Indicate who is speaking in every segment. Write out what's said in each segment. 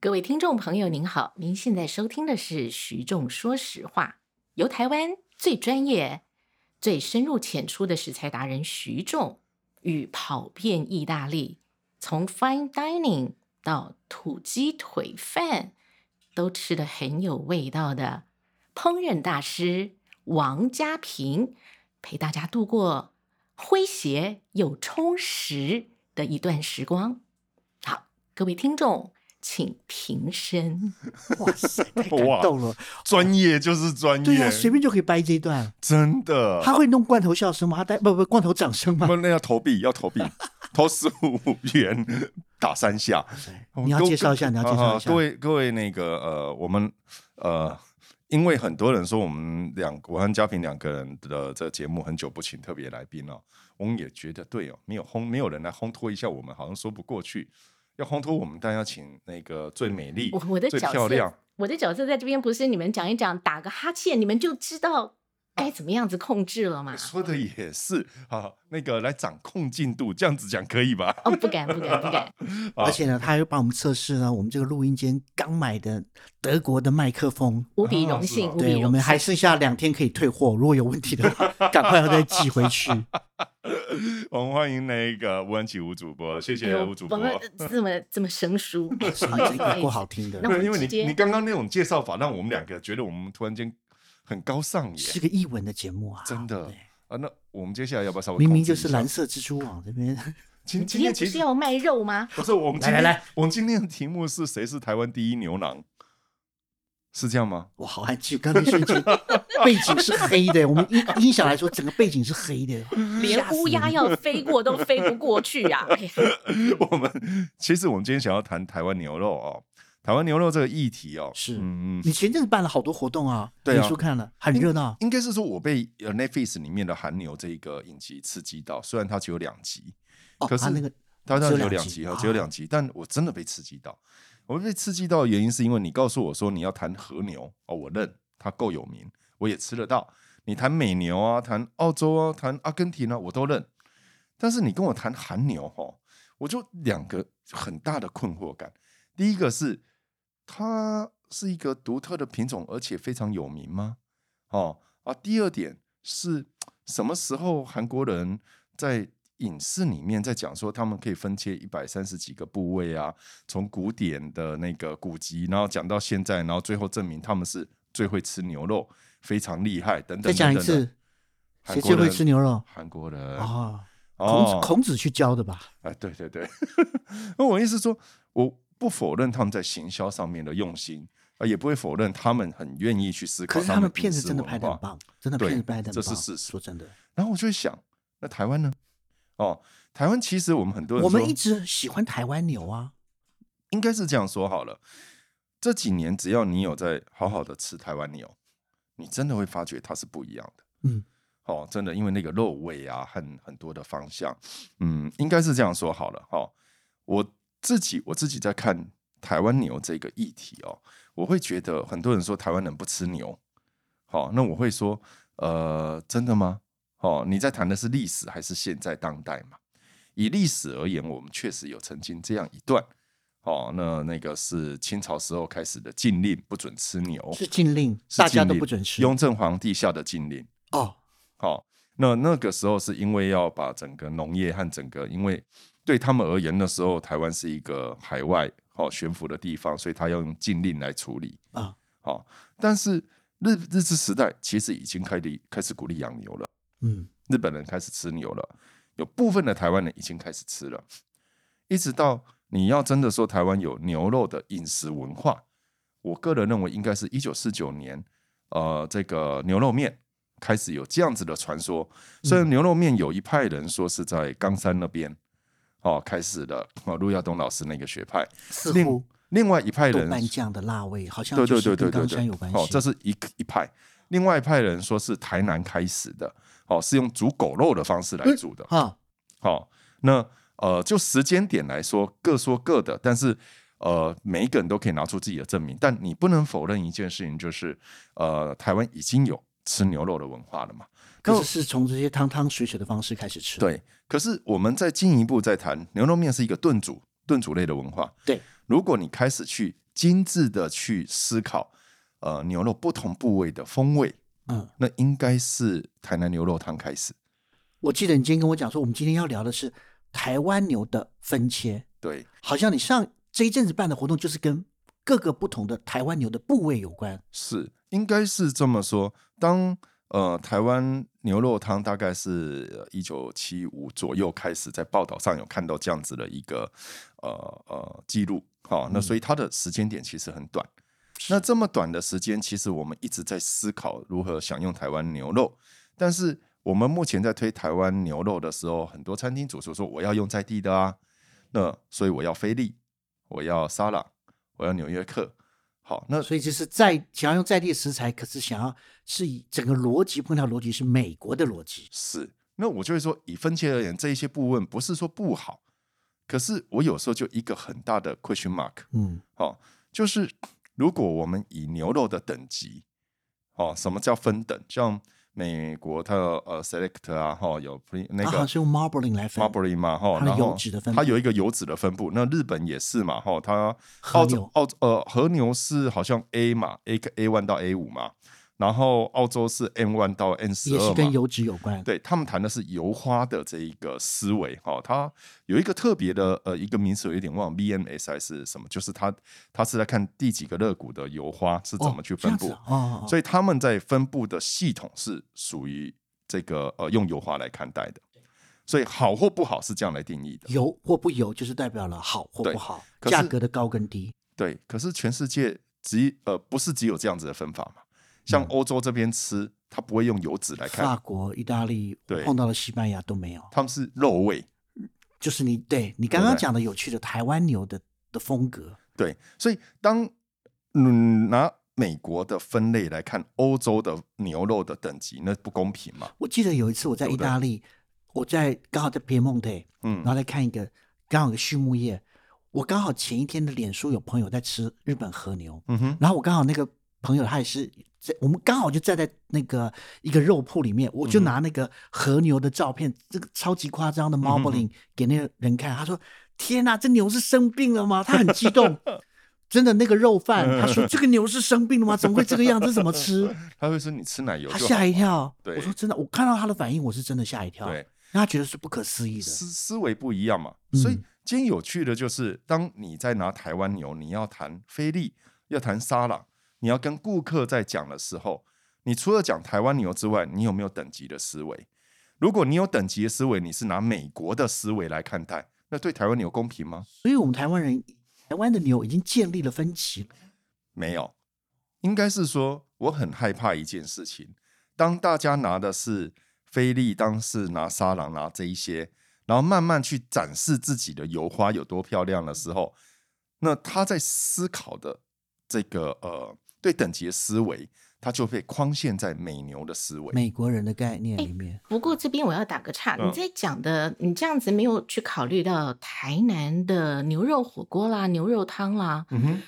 Speaker 1: 各位听众朋友，您好，您现在收听的是《徐仲说实话》，由台湾最专业、最深入浅出的食材达人徐仲与跑遍意大利，从 fine dining 到土鸡腿饭，都吃的很有味道的烹饪大师王家平，陪大家度过诙谐又充实的一段时光。好，各位听众。请平身。
Speaker 2: 哇 塞，太感动了！
Speaker 3: 专业就是专业，
Speaker 2: 对啊，随便就可以掰这一段，
Speaker 3: 真的。
Speaker 2: 他会弄罐头笑声吗？他带不不罐头掌声吗？
Speaker 3: 呃不，那要投币，要 投币，投十五元打三下。
Speaker 2: 你要介绍一下，你要介绍一下。
Speaker 3: 啊各位各位，那个呃，我们呃，因为很多人说我们两我和嘉平两个人的这节目很久不请特别来宾哦，我们也觉得对哦，没有烘没有人来烘托一下我们，好像说不过去。要烘托我们，但要请那个最美丽、
Speaker 1: 我我的
Speaker 3: 最漂亮。
Speaker 1: 我的角色在这边不是你们讲一讲，打个哈欠，你们就知道
Speaker 3: 啊
Speaker 1: 该怎么样子控制了嘛。
Speaker 3: 说的也是啊，那个来掌控进度，这样子讲可以吧？
Speaker 1: 哦，不敢不敢不 敢。
Speaker 3: 啊
Speaker 2: 而且呢，他又帮我们测试呢，我们这个录音间刚买的德国的麦克风，
Speaker 1: 无比荣幸，啊、无比荣幸。
Speaker 2: 对，我们还剩下两天可以退货，如果有问题的话，赶快要再寄回去。
Speaker 3: 我们欢迎那个吴文琪吴主播，谢谢吴主播。
Speaker 2: 呃
Speaker 1: 哎、这么这么生疏，啊
Speaker 2: 啊不好听的。
Speaker 1: 那
Speaker 3: 因为你你刚刚那种介绍法，让我们两个觉得我们突然间很高尚耶，
Speaker 2: 是个译文的节目啊，
Speaker 3: 真的啊。那我们接下来要不要稍微？
Speaker 2: 明明就是蓝色蜘蛛网这边。
Speaker 3: 今
Speaker 1: 今天
Speaker 3: 其
Speaker 1: 实要卖肉吗？
Speaker 3: 不是，我们
Speaker 2: 来来来，
Speaker 3: 我们今天的题目是谁是台湾第一牛郎？是这样吗？
Speaker 2: 我好安静，刚才瞬间背景是黑的，我们音音响来说，整个背景是黑的，
Speaker 1: 连乌鸦要飞过都飞不过去呀、啊！
Speaker 3: 我们其实我们今天想要谈台湾牛肉哦，台湾牛肉这个议题哦，
Speaker 2: 是，嗯嗯，你前阵子办了好多活动啊，
Speaker 3: 对啊，
Speaker 2: 书看了，很热闹。
Speaker 3: 应该是说我被呃 Netflix 里面的韩牛这个影集刺激到，虽然它只有两集，
Speaker 2: 哦、
Speaker 3: 可是、
Speaker 2: 啊、那个
Speaker 3: 它
Speaker 2: 只
Speaker 3: 有两集啊，只有两集，但我真的被刺激到。我被刺激到的原因是因为你告诉我说你要谈和牛哦，我认它够有名，我也吃得到。你谈美牛啊，谈澳洲啊，谈阿根廷啊，我都认。但是你跟我谈韩牛哦，我就两个很大的困惑感。第一个是它是一个独特的品种，而且非常有名吗？哦啊，第二点是什么时候韩国人在？影视里面在讲说，他们可以分切一百三十几个部位啊，从古典的那个古籍，然后讲到现在，然后最后证明他们是最会吃牛肉，非常厉害等等。
Speaker 2: 再讲一次，谁最会吃牛肉？
Speaker 3: 韩国人
Speaker 2: 啊，
Speaker 3: 哦
Speaker 2: 孔子孔子去教的吧？
Speaker 3: 哎，对对 对。那我意思说，我不否认他们在行销上面的用心，啊，也不会否认他们很愿意去思考。
Speaker 2: 可是他们片子真的拍的很棒，真的片子拍的
Speaker 3: 这是事实。
Speaker 2: 说真的，
Speaker 3: 然后我就想，那台湾呢？哦，台湾其实我们很多人，
Speaker 2: 我们一直喜欢台湾牛啊，
Speaker 3: 应该是这样说好了。这几年只要你有在好好的吃台湾牛，你真的会发觉它是不一样的。
Speaker 2: 嗯，
Speaker 3: 哦，真的，因为那个肉味啊，很很多的方向，嗯，应该是这样说好了。哦，我自己我自己在看台湾牛这个议题哦，我会觉得很多人说台湾人不吃牛，好、哦，那我会说，呃，真的吗？哦，你在谈的是历史还是现在当代嘛？以历史而言，我们确实有曾经这样一段。哦，那那个是清朝时候开始的禁令，不准吃牛。
Speaker 2: 是禁令，
Speaker 3: 哦是
Speaker 2: 大家都不准吃。
Speaker 3: 雍正皇帝下的禁令。
Speaker 2: 哦，
Speaker 3: 好、哦，那那个时候是因为要把整个农业和整个，因为对他们而言，那时候台湾是一个海外哦悬浮的地方，所以他要用禁令来处理
Speaker 2: 啊。
Speaker 3: 好、哦，但是日日治时代其实已经开始开始鼓励养牛了。
Speaker 2: 嗯，
Speaker 3: 日本人开始吃牛了，有部分的台湾人已经开始吃了，一直到你要真的说台湾有牛肉的饮食文化，我个人认为应该是一九四九年，呃，这个牛肉面开始有这样子的传说。虽然牛肉面有一派人说是在冈山那边哦开始的，哦陆耀东老师那个学派，
Speaker 2: 似
Speaker 3: 另另外一派人
Speaker 2: 豆瓣酱的辣味好像
Speaker 3: 对对对对对
Speaker 2: 对有关系，
Speaker 3: 哦这是一一派，另外一派人说是台南开始的。哦，是用煮狗肉的方式来煮的。
Speaker 2: 哈、嗯，
Speaker 3: 好、哦，那呃，就时间点来说，各说各的，但是呃，每一个人都可以拿出自己的证明。但你不能否认一件事情，就是呃，台湾已经有吃牛肉的文化了嘛。
Speaker 2: 可是是从这些汤汤水水的方式开始吃。
Speaker 3: 对，可是我们再进一步再谈，牛肉面是一个炖煮、炖煮类的文化。
Speaker 2: 对，
Speaker 3: 如果你开始去精致的去思考，呃，牛肉不同部位的风味，
Speaker 2: 嗯，
Speaker 3: 那应该是台南牛肉汤开始。
Speaker 2: 我记得你今天跟我讲说，我们今天要聊的是台湾牛的分切，
Speaker 3: 对，
Speaker 2: 好像你上这一阵子办的活动就是跟各个不同的台湾牛的部位有关。
Speaker 3: 是应该是这么说。当呃台湾牛肉汤大概是呃一九七五左右开始在报道上有看到这样子的一个呃呃记录，好、那所以它的时间点其实很短。那这么短的时间，其实我们一直在思考如何享用台湾牛肉，但是我们目前在推台湾牛肉的时候，很多餐厅主厨说我要用在地的啊，那所以我要菲力，我要沙拉，我要纽约客。好，那
Speaker 2: 呃所以就是在想要用在地的食材，可是想要是以整个逻辑烹调逻辑是美国的逻辑，
Speaker 3: 是，那我就会说，以分切而言，这一些部分不是说不好，可是我有时候就一个很大的 question mark
Speaker 2: 嗯，
Speaker 3: 哦，就是如果我们以牛肉的等级，哦，什么叫分等？像美国它有呃 select 啊，哈、有 pre 那
Speaker 2: 它好
Speaker 3: 个
Speaker 2: 像是用 marbling 来分
Speaker 3: Marbury 嘛，哈，
Speaker 2: 它的
Speaker 3: 然后
Speaker 2: 油脂的分
Speaker 3: 它
Speaker 2: 布
Speaker 3: 有一个油脂的分布。那日本也是嘛，哈，它
Speaker 2: 和
Speaker 3: 澳洲
Speaker 2: 牛
Speaker 3: 澳呃和牛是好像 A 嘛，A A one 到 A 五嘛，然后澳洲是 M one 到 N 十
Speaker 2: 也
Speaker 3: 二
Speaker 2: 是
Speaker 3: 嘛，
Speaker 2: 跟油脂有关，
Speaker 3: 对他们谈的是油花的这一个思维哈、哦，它有一个特别的呃一个名词，我有点忘了 VMS 还是什么，就是它它是在看第几个肋骨的油花是怎么去分
Speaker 2: 哦这
Speaker 3: 布，
Speaker 2: 样子啊哦，
Speaker 3: 所
Speaker 2: 以
Speaker 3: 以他们在分布的系统是属于这个呃用油花来看待的，所以好或不好是这样来定义的。
Speaker 2: 油或不油就是代表了好或
Speaker 3: 对
Speaker 2: 不好，
Speaker 3: 可
Speaker 2: 价
Speaker 3: 是
Speaker 2: 格的高跟低，
Speaker 3: 对，可是全世界只呃不是只有这样子的分法嘛，像
Speaker 2: 嗯
Speaker 3: 欧洲这边吃，它不会用油脂来
Speaker 2: 法
Speaker 3: 看，
Speaker 2: 国、意大利
Speaker 3: 对
Speaker 2: 碰到了西班牙都没有，
Speaker 3: 他们是肉味。
Speaker 2: 就是你对你刚刚
Speaker 3: 对
Speaker 2: 讲的有趣的台湾牛的的风格，
Speaker 3: 对，所以当嗯拿美国的分类来看欧洲的牛肉的等级，那不公平嘛？
Speaker 2: 我记得有一次我在
Speaker 3: 对
Speaker 2: 意
Speaker 3: 不对
Speaker 2: 大利，我在刚好在 Piemonte，
Speaker 3: 嗯
Speaker 2: 然后在看一个刚好有个畜牧业，我刚好前一天的脸书有朋友在吃日本和牛，
Speaker 3: 嗯哼，
Speaker 2: 然后我刚好那个朋友他也是在我们刚好就站在那个一个肉铺里面，我就
Speaker 3: 嗯哼嗯
Speaker 2: 拿那个和牛的照片，这个超级夸张的 marbling 给那个人看，他说：“天哪，这牛是生病了吗？”他很激 动。真的那个肉贩，
Speaker 3: 嗯
Speaker 2: 他说这个牛是生病了吗？怎么会这个样子？怎么吃？
Speaker 3: 他会说你吃奶油
Speaker 2: 他
Speaker 3: 就
Speaker 2: 吓
Speaker 3: 好
Speaker 2: 一
Speaker 3: 了
Speaker 2: 跳。
Speaker 3: 对
Speaker 2: 我说真的，我看到他的反应，我是真的吓一跳。
Speaker 3: 对，
Speaker 2: 那他觉得是不可思议的。
Speaker 3: 思思维不一样嘛。所以
Speaker 2: 嗯
Speaker 3: 今天有趣的就是，当你在拿台湾牛，你要谈菲力，要谈沙朗，你要跟顾客在讲的时候，你除了讲台湾牛之外，你有没有等级的思维？如果你有等级的思维，你是拿美国的思维来看待，那对台湾牛公平吗？
Speaker 2: 所以我们台湾人，台湾的牛已经建立了分歧了。
Speaker 3: 没有，应该是说我很害怕一件事情，当大家拿的是菲力，当是拿沙朗拿这一些，然后慢慢去展示自己的油花有多漂亮的时候，那他在思考的这个呃对等级的思维，他就被框限在美牛的思维。
Speaker 2: 美国人的概
Speaker 1: 哎
Speaker 2: 念里面，
Speaker 1: 不过这边我要打个岔，
Speaker 3: 嗯
Speaker 1: 你在讲的，你这样子没有去考虑到台南的牛肉火锅啦、牛肉汤啦。
Speaker 3: 嗯哼，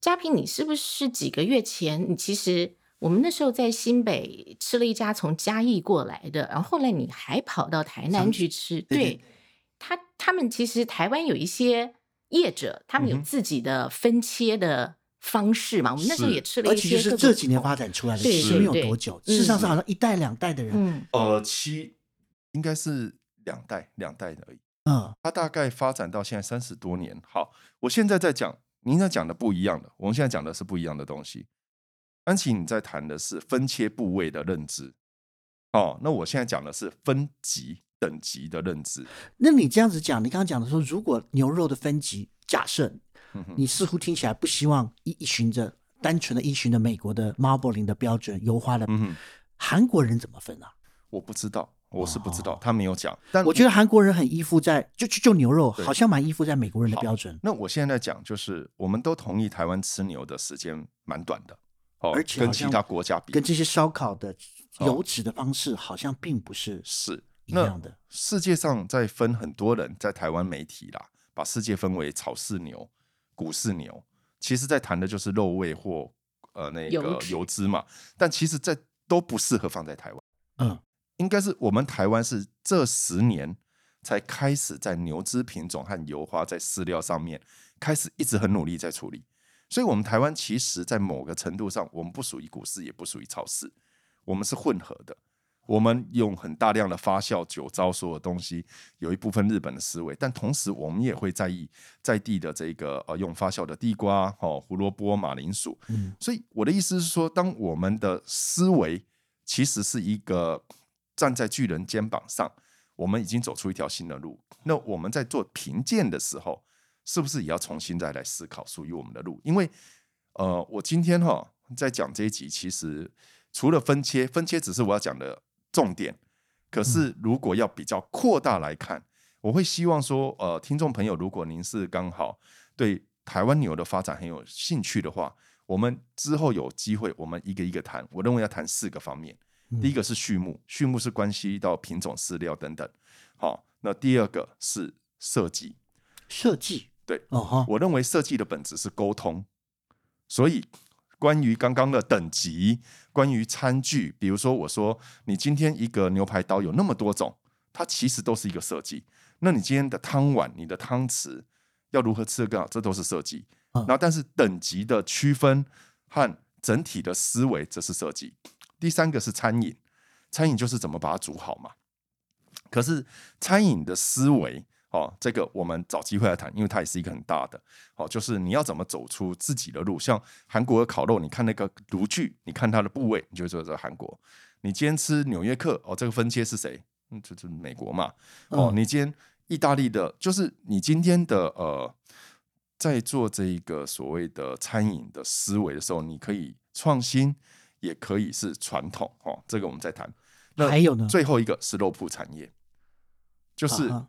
Speaker 1: 嘉平，你是不是几个月前，你其实我们那时候在新北吃了一家从嘉义过来的，然后后来你还跑到台南去吃，
Speaker 2: 对对
Speaker 1: 对他他们其实台湾有一些业者，他们有
Speaker 3: 嗯哼
Speaker 1: 自己的分切的方式嘛。我们那时候
Speaker 3: 是
Speaker 1: 也吃了
Speaker 2: 而
Speaker 1: 一
Speaker 2: 且
Speaker 1: 些
Speaker 2: 就
Speaker 1: 各种不同，
Speaker 2: 是这几年发展出来的，
Speaker 1: 对
Speaker 2: 其实没有
Speaker 1: 对
Speaker 2: 多久。
Speaker 1: 对
Speaker 2: 事实上是
Speaker 1: 嗯
Speaker 2: 好像一代两代的人，
Speaker 1: 嗯，
Speaker 3: 呃，七应该是两代，两代而已。
Speaker 2: 嗯，
Speaker 3: 它大概发展到现在三十多年。好，我现在在讲，您在讲的不一样的，我们现在讲的是不一样的东西。安琪，你在谈的是分切部位的认知，哦，那我现在讲的是分级等级的认知。
Speaker 2: 那你这样子讲，你刚刚讲的说，如果牛肉的分级，假设
Speaker 3: 嗯哼
Speaker 2: 你似乎听起来不希望依依循着单纯的依循着美国的 marbling 的标准油花的
Speaker 3: 嗯哼，嗯
Speaker 2: 韩国人怎么分啊？
Speaker 3: 我不知道，我是不知
Speaker 2: 哦
Speaker 3: 道，他没有讲。但
Speaker 2: 我觉得韩国人很依附在就就就牛肉，
Speaker 3: 对
Speaker 2: 好像蛮依附在美国人的标准，
Speaker 3: 那我现在在讲，就是我们都同意台湾吃牛的时间蛮短的，哦，
Speaker 2: 而且好
Speaker 3: 跟其
Speaker 2: 像
Speaker 3: 他国家比，
Speaker 2: 跟这些烧烤的
Speaker 3: 哦
Speaker 2: 油脂的方式好像并不是
Speaker 3: 是
Speaker 2: 一
Speaker 3: 那
Speaker 2: 样的。
Speaker 3: 世界上在分很多人，在台湾媒体啦，把世界分为草饲牛、谷饲牛，其实在谈的就是肉味或呃那
Speaker 1: 油
Speaker 3: 个
Speaker 1: 脂
Speaker 3: 油脂嘛，但其实在都不适合放在台湾。
Speaker 2: 嗯，
Speaker 3: 应该是我们台湾是这十年才开始在牛脂品种和油花在饲料上面开始一直很努力在处理。所以，我们台湾其实，在某个程度上，我们不属于股市，也不属于超市，我们是混合的。我们用很大量的发酵酒糟所有东西，有一部分日本的思维，但同时我们也会在意在地的这个呃用发酵的地瓜、哦胡萝卜、马铃薯。
Speaker 2: 嗯
Speaker 3: 所以我的意思是说，当我们的思维其实是一个站在巨人肩膀上，我们已经走出一条新的路。那我们在做评鉴的时候，是不是也要重新再来思考属于我们的路？因为呃，我今天哈在讲这一集，其实除了分切，分切只是我要讲的重点。可是如果要比较扩大来看，我会希望说，呃，听众朋友，如果您是刚好对台湾牛的发展很有兴趣的话，我们之后有机会，我们一个一个谈。我认为要谈四个方面，第一个是畜牧，畜牧是关系到品种、饲料等等。好，那第二个是设计，
Speaker 2: 设计
Speaker 3: 对
Speaker 2: 哦哈，
Speaker 3: 我认为设计的本质是沟通，所以关于刚刚的等级，关于餐具，比如说我说你今天一个牛排刀有那么多种，它其实都是一个设计。那你今天的汤碗、你的汤匙要如何吃得更好，这都是设计。
Speaker 2: 嗯
Speaker 3: 然后，但是等级的区分和整体的思维，这是设计。第三个是餐饮，餐饮就是怎么把它煮好嘛。可是餐饮的思维哦，这个我们找机会来谈，因为它也是一个很大的哦，就是你要怎么走出自己的路。像韩国的烤肉，你看那个炉具，你看它的部位，你就会知道这是韩国。你今天吃纽约客哦，这个分切是谁？嗯，就是美国嘛。哦，
Speaker 2: 嗯
Speaker 3: 你今天意大利的，就是你今天的呃，在做这一个所谓的餐饮的思维的时候，你可以创新，也可以是传统哦，这个我们再谈。那
Speaker 2: 还有呢，
Speaker 3: 最后一个是肉铺产业，就是
Speaker 2: 啊哈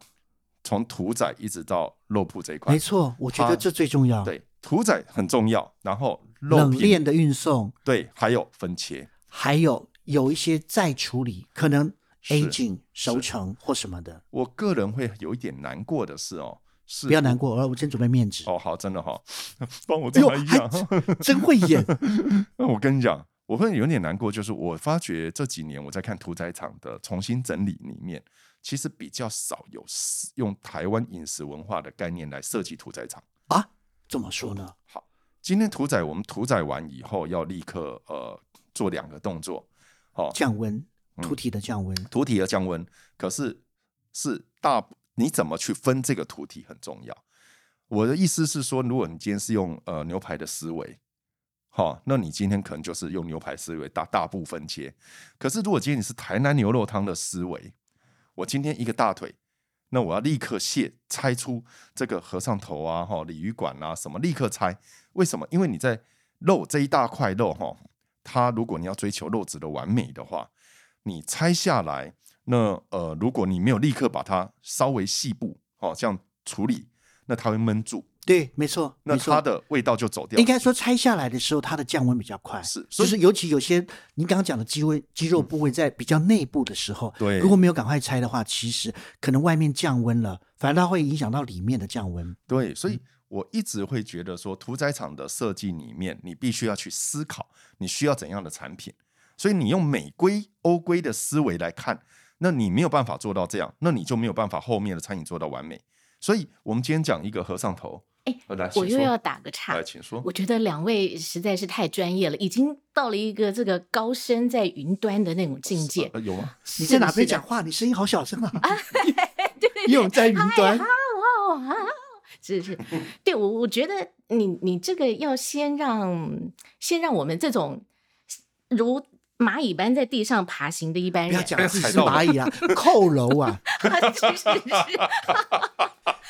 Speaker 3: 从屠宰一直到肉铺这一块
Speaker 2: 没，错，我觉得
Speaker 3: 它
Speaker 2: 这最重要，，
Speaker 3: 对，屠宰很重要，然后肉
Speaker 2: 冷
Speaker 3: 品
Speaker 2: 链的运送，
Speaker 3: 对，还有分切，
Speaker 2: 还有有一些再处理，可能
Speaker 3: 是
Speaker 2: aging 熟成或什么的，
Speaker 3: 我个人会有一点难过的是哦，是
Speaker 2: 不要难过，我今天准备面纸，
Speaker 3: 哦，好，真的哈、 哦，帮我
Speaker 2: 哎呦
Speaker 3: 做一样。
Speaker 2: 还真会 演，
Speaker 3: 那我跟你讲，我会有点难过，就是我发觉这几年我在看屠宰场的重新整理里面，其实比较少有思用台湾饮食文化的概念来设计屠宰场。
Speaker 2: 怎么说呢？
Speaker 3: 今天屠宰，我们屠宰完以后要立刻呃做两个动作，哦，
Speaker 2: 降温，
Speaker 3: 嗯
Speaker 2: 土体的降温，
Speaker 3: 土体的降温，可是是大你怎么去分这个土体很重要。我的意思是说，如果你今天是用呃牛排的思维，好、那你今天可能就是用牛排思维大大部分切。可是如果今天你是台南牛肉汤的思维，我今天一个大腿，那我要立刻卸拆出这个和尚头啊、哈、鲤鱼管啊什么，立刻拆。为什么？因为你在肉这一大块肉哈、它如果你要追求肉质的完美的话，你拆下来，那呃，如果你没有立刻把它稍微细部哦这样处理，那它会闷住，
Speaker 2: 对，没错，
Speaker 3: 那
Speaker 2: 没错
Speaker 3: 它的味道就走掉。
Speaker 2: 应该说拆下来的时候，它的降温比较快，
Speaker 3: 是所
Speaker 2: 就
Speaker 3: 以
Speaker 2: 是尤其有些您刚刚讲的肌肉肌肉部位在比较内部的时候，
Speaker 3: 对
Speaker 2: 如果没有赶快拆的话，其实可能外面降温了，反而它会影响到里面的降温。
Speaker 3: 对，所
Speaker 2: 嗯
Speaker 3: 以我一直会觉得说，屠宰场的设计里面，你必须要去思考你需要怎样的产品。所以你用美规、欧规的思维来看，那你没有办法做到这样，那你就没有办法后面的餐饮做到完美。所以我们今天讲一个和尚头，
Speaker 1: 哎
Speaker 3: 呃，来，
Speaker 1: 我
Speaker 3: 请
Speaker 1: 又
Speaker 3: 说
Speaker 1: 要打个岔
Speaker 3: 来，，请说。
Speaker 1: 我觉得两位实在是太专业了，已经到了一个这个高深在云端的那种境 界。
Speaker 3: 呃有 吗？
Speaker 2: 你
Speaker 1: 是
Speaker 2: 在
Speaker 1: 的
Speaker 2: 哪边讲？话？你声音好小声啊！因 为我们在云端，
Speaker 1: 哦，啊 是是，对我我觉得你你这个要先让先让我们这种如蚂蚁般在地上爬行的一般
Speaker 2: 不
Speaker 1: 人
Speaker 2: 要，讲自己
Speaker 3: 踩
Speaker 2: 是
Speaker 3: 到了
Speaker 2: 蚂蚁啊，扣楼啊！
Speaker 1: 是是 是，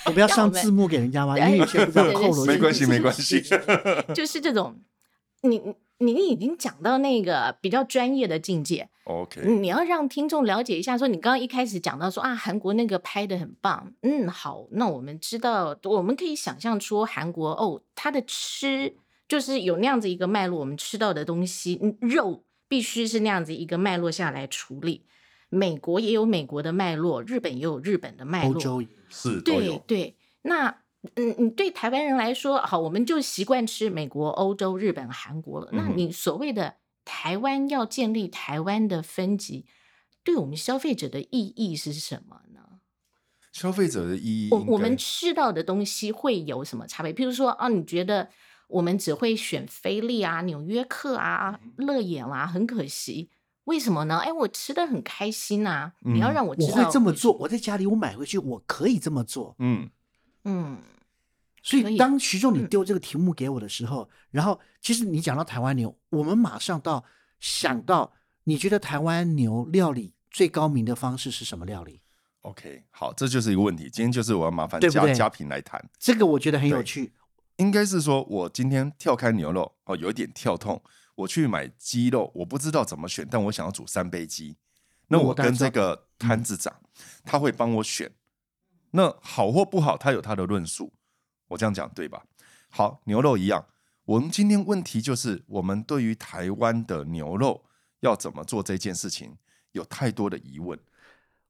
Speaker 2: 我们要
Speaker 1: 让
Speaker 2: 上
Speaker 1: 我们
Speaker 2: 字幕给人家吗？因为以前不知道
Speaker 1: 对对
Speaker 2: 扣楼
Speaker 1: 是
Speaker 3: 没关
Speaker 1: 是
Speaker 3: 系，没关
Speaker 1: 是
Speaker 3: 系。
Speaker 1: 就是这种，你你你已经讲到那个比较专业的境界，
Speaker 3: OK，
Speaker 1: 你要让听众了解一下，说你刚刚一开始讲到说啊，韩国那个拍的很棒，嗯，好，那我们知道，我们可以想象出韩国哦，它的吃就是有那样子一个脉络，我们吃到的东西，嗯肉必须是那样子一个脉络下来处理。美国也有美国的脉络，日本也有日本的脉
Speaker 2: 欧
Speaker 1: 络，
Speaker 2: 洲
Speaker 3: 是都
Speaker 1: 对
Speaker 3: 有。
Speaker 1: 对，那嗯，你对台湾人来说，好，我们就习惯吃美国、欧洲、日本、韩国了。那
Speaker 3: 嗯哼
Speaker 1: 你所谓的台湾要建立台湾的分级，对我们消费者的意义是什么呢？
Speaker 3: 消费者的意义应
Speaker 1: 我
Speaker 3: 该，
Speaker 1: 我们吃到的东西会有什么差别？譬如说啊，你觉得我们只会选菲力啊、纽约客啊、
Speaker 3: 嗯
Speaker 1: 乐眼啦、很可惜。为什么呢？哎，我吃的很开心啊！你要
Speaker 3: 嗯
Speaker 1: 让我知
Speaker 2: 我
Speaker 1: 道，
Speaker 2: 会这么做，我在家里我买回去，我可以这么做。
Speaker 3: 嗯，
Speaker 1: 嗯，
Speaker 2: 所
Speaker 1: 可
Speaker 2: 以
Speaker 1: 以
Speaker 2: 当徐仲你
Speaker 1: 嗯
Speaker 2: 丢这个题目给我的时候，然后其实你讲到台湾牛，我们马上到想到，你觉得台湾牛料理最高明的方式是什么料理？
Speaker 3: OK，好，这就是一个问题。今天就是我要麻烦
Speaker 2: 对不
Speaker 3: 嘉
Speaker 2: 对
Speaker 3: 嘉平来谈，
Speaker 2: 这个我觉得很有
Speaker 3: 对
Speaker 2: 趣。
Speaker 3: 应该是说我今天跳开牛肉哦，有一点跳痛，我去买鸡肉，我不知道怎么选，但我想要煮三杯鸡，那
Speaker 2: 那我嗯
Speaker 3: 我
Speaker 2: 当然
Speaker 3: 跟
Speaker 2: 知
Speaker 3: 这
Speaker 2: 道
Speaker 3: 个摊子长，他会帮我选，那好或不好，他有他的论述，我这样讲对吧？好，牛肉一样，我们今天问题就是我们对于台湾的牛肉要怎么做这件事情，有太多的疑问。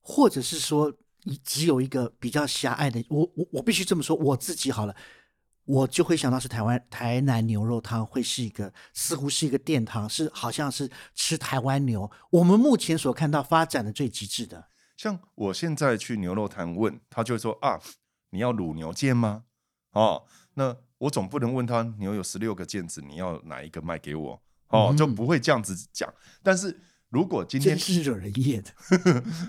Speaker 2: 或者是说，一只有一个比较狭隘的，我我我必须这么说，我自己好了，我就会想到是台湾台南牛肉汤会是一个，似乎是一个殿堂，是好像是吃台湾牛，我们目前所看到发展的最极致的。
Speaker 3: 像我现在去牛肉摊问他，就会说啊，你要卤牛腱吗？哦，那我总不能问他牛有十六个腱子，你要哪一个卖给我？哦，
Speaker 2: 嗯
Speaker 3: 就不会这样子讲。但是如果今天
Speaker 2: 真是惹人厌 的，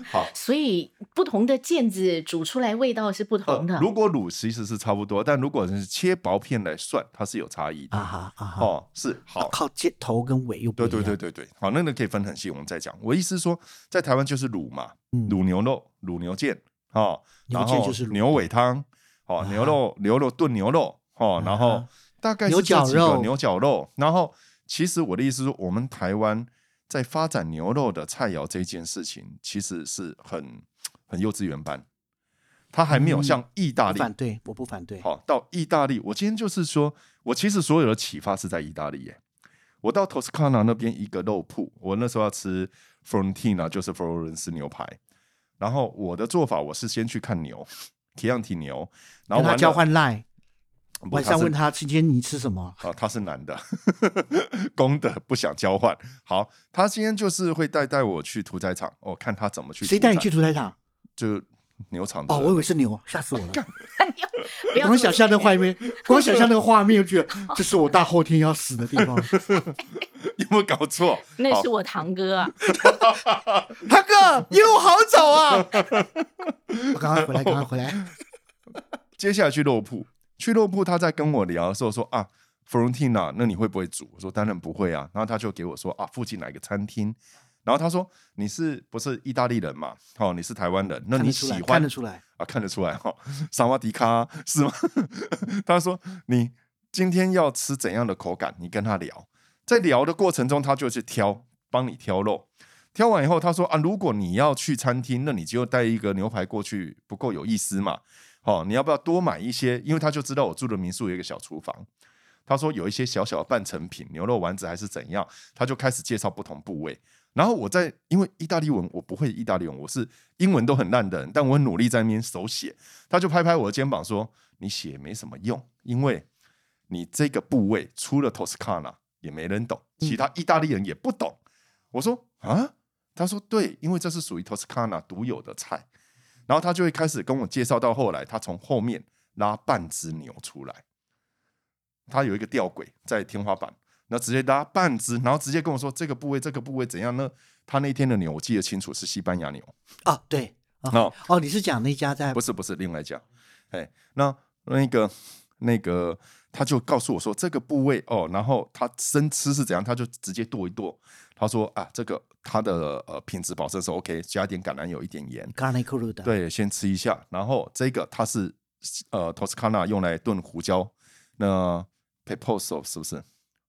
Speaker 3: 好，
Speaker 1: 所以不同的毽子煮出来味道是不
Speaker 3: 呃
Speaker 1: 同
Speaker 2: 啊
Speaker 1: 的。，
Speaker 3: 如果卤其实是差不多，但如果是切薄片来算，它是有差异的。
Speaker 2: 啊哈啊哈，
Speaker 3: 哦，是好，
Speaker 2: 靠接头跟尾又不一
Speaker 3: 对
Speaker 2: 样，
Speaker 3: 对对对对，好，那个可以分很细，我们再讲。我意思是说，在台湾就是卤嘛，
Speaker 2: 嗯
Speaker 3: 卤牛肉、卤牛腱哦，
Speaker 2: 牛
Speaker 3: 然
Speaker 2: 腱
Speaker 3: 后
Speaker 2: 就是卤
Speaker 3: 牛尾汤哦，
Speaker 2: 啊
Speaker 3: 牛肉牛肉炖牛肉哦，然
Speaker 2: 啊
Speaker 3: 后
Speaker 2: 哈
Speaker 3: 大概
Speaker 2: 牛
Speaker 3: 是这
Speaker 2: 绞
Speaker 3: 几个
Speaker 2: 肉
Speaker 3: 牛绞肉，然后其实我的意思是，我们台湾在发展牛肉的菜肴这件事情，其实是很很幼稚园般，它还没有
Speaker 2: 嗯
Speaker 3: 像意大
Speaker 2: 我
Speaker 3: 利
Speaker 2: 反对，我不反对。
Speaker 3: 好，到意大利，我今天就是说，我其实所有的启发是在意大利耶。我到 Toscana 那边一个肉铺，我那时候要吃 Frontina，就是佛罗伦斯牛排。然后我的做法，我是先去看牛 Chianti 牛，然
Speaker 2: 跟
Speaker 3: 后完
Speaker 2: 他
Speaker 3: 了
Speaker 2: 交，换赖，
Speaker 3: 不
Speaker 2: 晚上
Speaker 3: 是
Speaker 2: 问他今天你吃什么？
Speaker 3: 啊，他是男的， 公的不想交换。好，他今天就是会带带我去屠宰场，哦，看他怎么去。
Speaker 2: 谁带你去？屠宰场？
Speaker 3: 就牛场的
Speaker 2: 哦，我以为是牛，吓死我了。
Speaker 1: 哎不要
Speaker 2: 光
Speaker 1: 这么
Speaker 2: 想象那
Speaker 1: 说
Speaker 2: 个画面，光想象那个画面，就觉得这是我大后天要死的 地方。
Speaker 3: 有没有搞错？
Speaker 1: 那
Speaker 3: 好
Speaker 1: 是我堂哥啊，
Speaker 2: 大哥， 又好走啊！我赶快回来，赶快回来。
Speaker 3: 接下来去肉铺，去肉铺他在跟我聊的时候说啊，Frontina，那你会不会煮？我说当然不会啊。然后他就给我说啊，附近哪个餐厅？然后他说你是不是意大利人嘛？哦，你是台湾人， 那
Speaker 2: 看
Speaker 3: 你
Speaker 2: 得出
Speaker 3: 喜
Speaker 2: 来，
Speaker 3: 欢
Speaker 2: 看得出来，
Speaker 3: 啊，看得出来哈、哦，萨瓦迪卡是吗？ 他说你今天要吃怎样的口感？你跟他聊，在聊的过程中，他就去挑，帮你挑肉。挑完以后，他说啊，如果你要去餐厅，那你就带一个牛排过去，不够有意思嘛。哦，你要不要多买一些？因为他就知道我住的民宿有一个小厨房。他说有一些小小的半成品，牛肉丸子还是怎样，他就开始介绍不同部位。然后我在因为意大利文我不会意大利文，我是英文都很烂的人，但我很努力在那边手写。他就拍拍我的肩膀说：“你写没什么用，因为你这个部位除了 Toscana 也没人懂，其他意大利人也不懂。我说：“啊？”他说：“对，因为这是属于 Toscana 独有的菜。”然后他就会开始跟我介绍，到后来他从后面拉半只牛出来，他有一个吊轨在天花板，然后直接拉半只，然后直接跟我说这个部位这个部位怎样呢？他那天的牛我记得清楚是西班牙牛
Speaker 2: 啊，对，啊，
Speaker 3: 哦，
Speaker 2: 哦，你是讲那家在
Speaker 3: 不是不是，另外讲，哎，那那个那个，他就告诉我说这个部位哦，然后他生吃是怎样，他就直接剁一剁。他说啊，这个它的呃品质保证是 OK，加一点橄榄油，一点盐，
Speaker 2: Garnet c r u 的，，
Speaker 3: 对，先吃一下。然后这个它是呃 Toscana 用来炖胡椒，那 Peposo 是不是？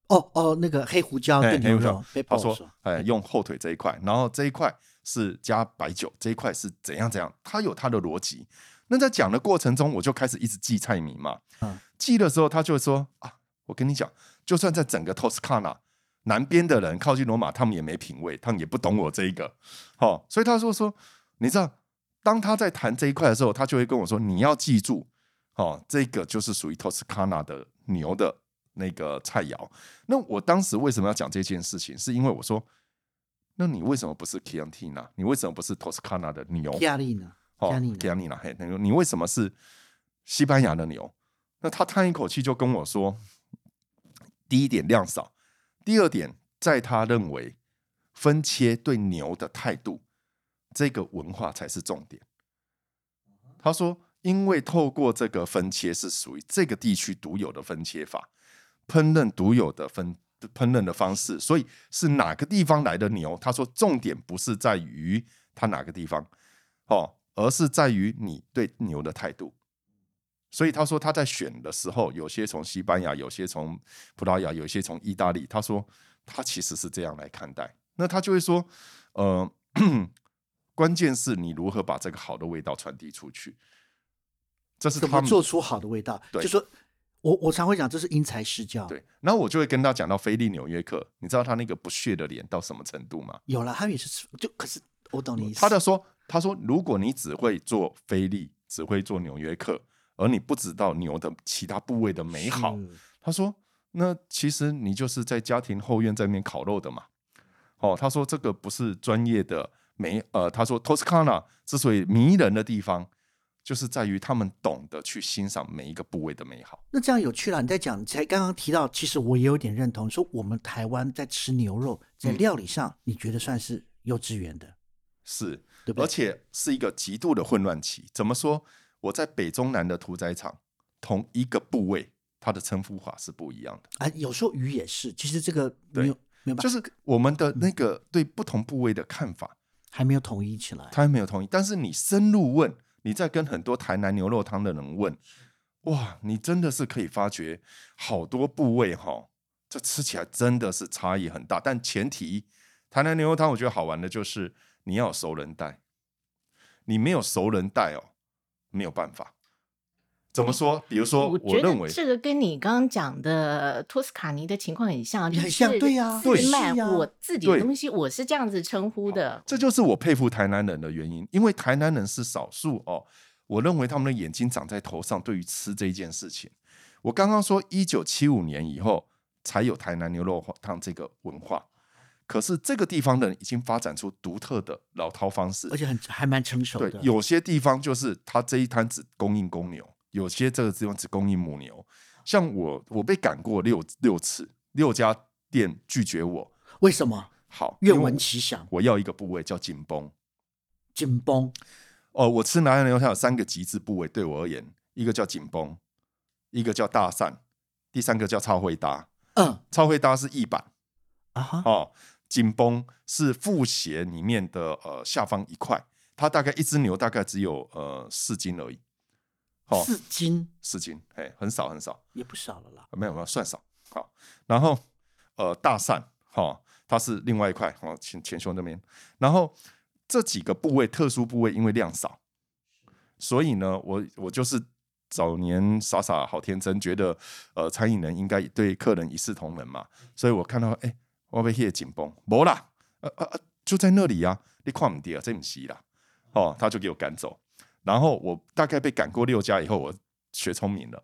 Speaker 2: 哦哦，那个黑胡椒
Speaker 3: 哎
Speaker 2: 炖牛
Speaker 3: 黑胡椒
Speaker 2: 肉，被
Speaker 3: 他
Speaker 2: 爆
Speaker 3: 说，哎，用后腿这一块，然后这一块是加白酒，这一块是怎样怎样，他有他的逻辑。那在讲的过程中，我就开始一直记菜名嘛。
Speaker 2: 嗯
Speaker 3: 记的时候，他就说啊，我跟你讲，就算在整个 Toscana 南边的人靠近罗马，他们也没品味，他们也不懂我这一个。好、哦，所以他说说，你知道，当他在谈这一块的时候，他就会跟我说，你要记住，哦，这个就是属于 Toscana 的牛的那个菜肴。那我当时为什么要讲这件事情？是因为我说，那你为什么不是 Chiantina？你为什么不是 Toscana 的牛？
Speaker 2: 意大利呢？
Speaker 3: 哦
Speaker 2: Chianina
Speaker 3: ，Chianina，嘿，那个你为什么是西班牙的牛？那他叹一口气就跟我说，第一点量少，第二点，在他认为分切对牛的态度，这个文化才是重点。他说，因为透过这个分切是属于这个地区独有的分切法，烹饪独有的分烹饪的方式，所以是哪个地方来的牛？他说，重点不是在于它哪个地方哦，而是在于你对牛的态度。所以他说他在选的时候，有些从西班牙，有些从葡萄牙，有些从意大利。他说他其实是这样来看待。那他就会说，呃， 关键是你如何把这个好的味道传递出去。这是
Speaker 2: 怎
Speaker 3: 他
Speaker 2: 么
Speaker 3: 们
Speaker 2: 做出好的味道？
Speaker 3: 对
Speaker 2: 就说我我常会讲，这是因材施教。，
Speaker 3: 对。然后我就会跟他讲到菲利纽约客，你知道他那个不屑的脸到什么程度吗？
Speaker 2: 有了，他们也是吃，就可是我懂你意思。
Speaker 3: 他的说，他说如果你只会做菲利，只会做纽约客，而你不知道牛的其他部位的美好，
Speaker 2: 是
Speaker 3: 他说：“那其实你就是在家庭后院在那边烤肉的嘛。”哦，他说这个不是专业的美，呃，他说 Toscana 之所以迷人的地方，就是在于他们懂得去欣赏每一个部位的美好。
Speaker 2: 那这样有趣了。你在讲，你才刚刚提到，其实我也有点认同，说我们台湾在吃牛肉，在
Speaker 3: 嗯
Speaker 2: 料理上，你觉得算是幼稚园的，
Speaker 3: 是，
Speaker 2: 对不对？
Speaker 3: 而且是一个极度的混乱期。怎么说？我在北中南的屠宰场，同一个部位，它的称呼法是不一样的。
Speaker 2: 啊，有时候鱼也是，其实这个
Speaker 3: 对
Speaker 2: 没有没有办
Speaker 3: 就
Speaker 2: 法，
Speaker 3: 是我们的那
Speaker 1: 嗯
Speaker 3: 个对不同部位的看法，
Speaker 2: 还没有统一起来。
Speaker 3: 他没有同意。但是你深入问，你在跟很多台南牛肉汤的人问，哇，你真的是可以发觉好多部位哈，这吃起来真的是差异很大。但前提，台南牛肉汤我觉得好玩的就是你要有熟人带，你没有熟人带哦，没有办法。怎么说？比如说，我
Speaker 1: 觉
Speaker 3: 认
Speaker 1: 得
Speaker 3: 为
Speaker 1: 这个跟你刚刚讲的托斯卡尼的情况很像，就
Speaker 2: 很
Speaker 1: 是
Speaker 2: 像对呀
Speaker 1: 自
Speaker 2: 对
Speaker 1: 慢，
Speaker 2: 是呀
Speaker 1: 我自己的
Speaker 3: 对
Speaker 1: 东西我是这样子称呼的，
Speaker 3: 这就是我佩服台南人的原因，因为台南人是少数哦。我认为他们的眼睛长在头上，对于吃这一件事情，我刚刚说一九七五年以后才有台南牛肉汤这个文化，可是这个地方的人已经发展出独特的老饕方式，
Speaker 2: 而且很还蛮成熟
Speaker 3: 对
Speaker 2: 的，，
Speaker 3: 有些地方就是他这一摊只供应公牛，有些这个地方只供应母牛。像我，我被赶过六六次，六家店拒绝我。
Speaker 2: 为什么？
Speaker 3: 好，因为
Speaker 2: 愿
Speaker 3: 我
Speaker 2: 闻其详，
Speaker 3: 我要一个部位叫紧绷。
Speaker 2: 紧绷
Speaker 3: 哦，我吃南洋牛它有三个极致部位，对我而言，一个叫紧绷，一个叫大扇，第三个叫超会搭。
Speaker 2: 嗯
Speaker 3: 超会搭是翼板
Speaker 2: 啊哈，
Speaker 3: 哦，紧绷是腹斜里面的呃下方一块，它大概一只牛大概只有呃四斤而已，哦
Speaker 2: 四斤
Speaker 3: 四斤，哎，很少很少，
Speaker 2: 也不少了啦。
Speaker 3: 没有没有算少。好，然后呃大扇哈、哦，它是另外一块哦前前胸那边，然后这几个部位特殊部位因为量少，所以呢，我我就是早年傻傻好天真，觉得呃餐饮人应该对客人一视同仁嘛，所以我看到哎、我被谢紧绷，没啦，呃呃呃就在那里呀、啊，你看唔啊，这不是啦，哦，他就给我赶走，然后我大概被赶过六家以后，我学聪明了，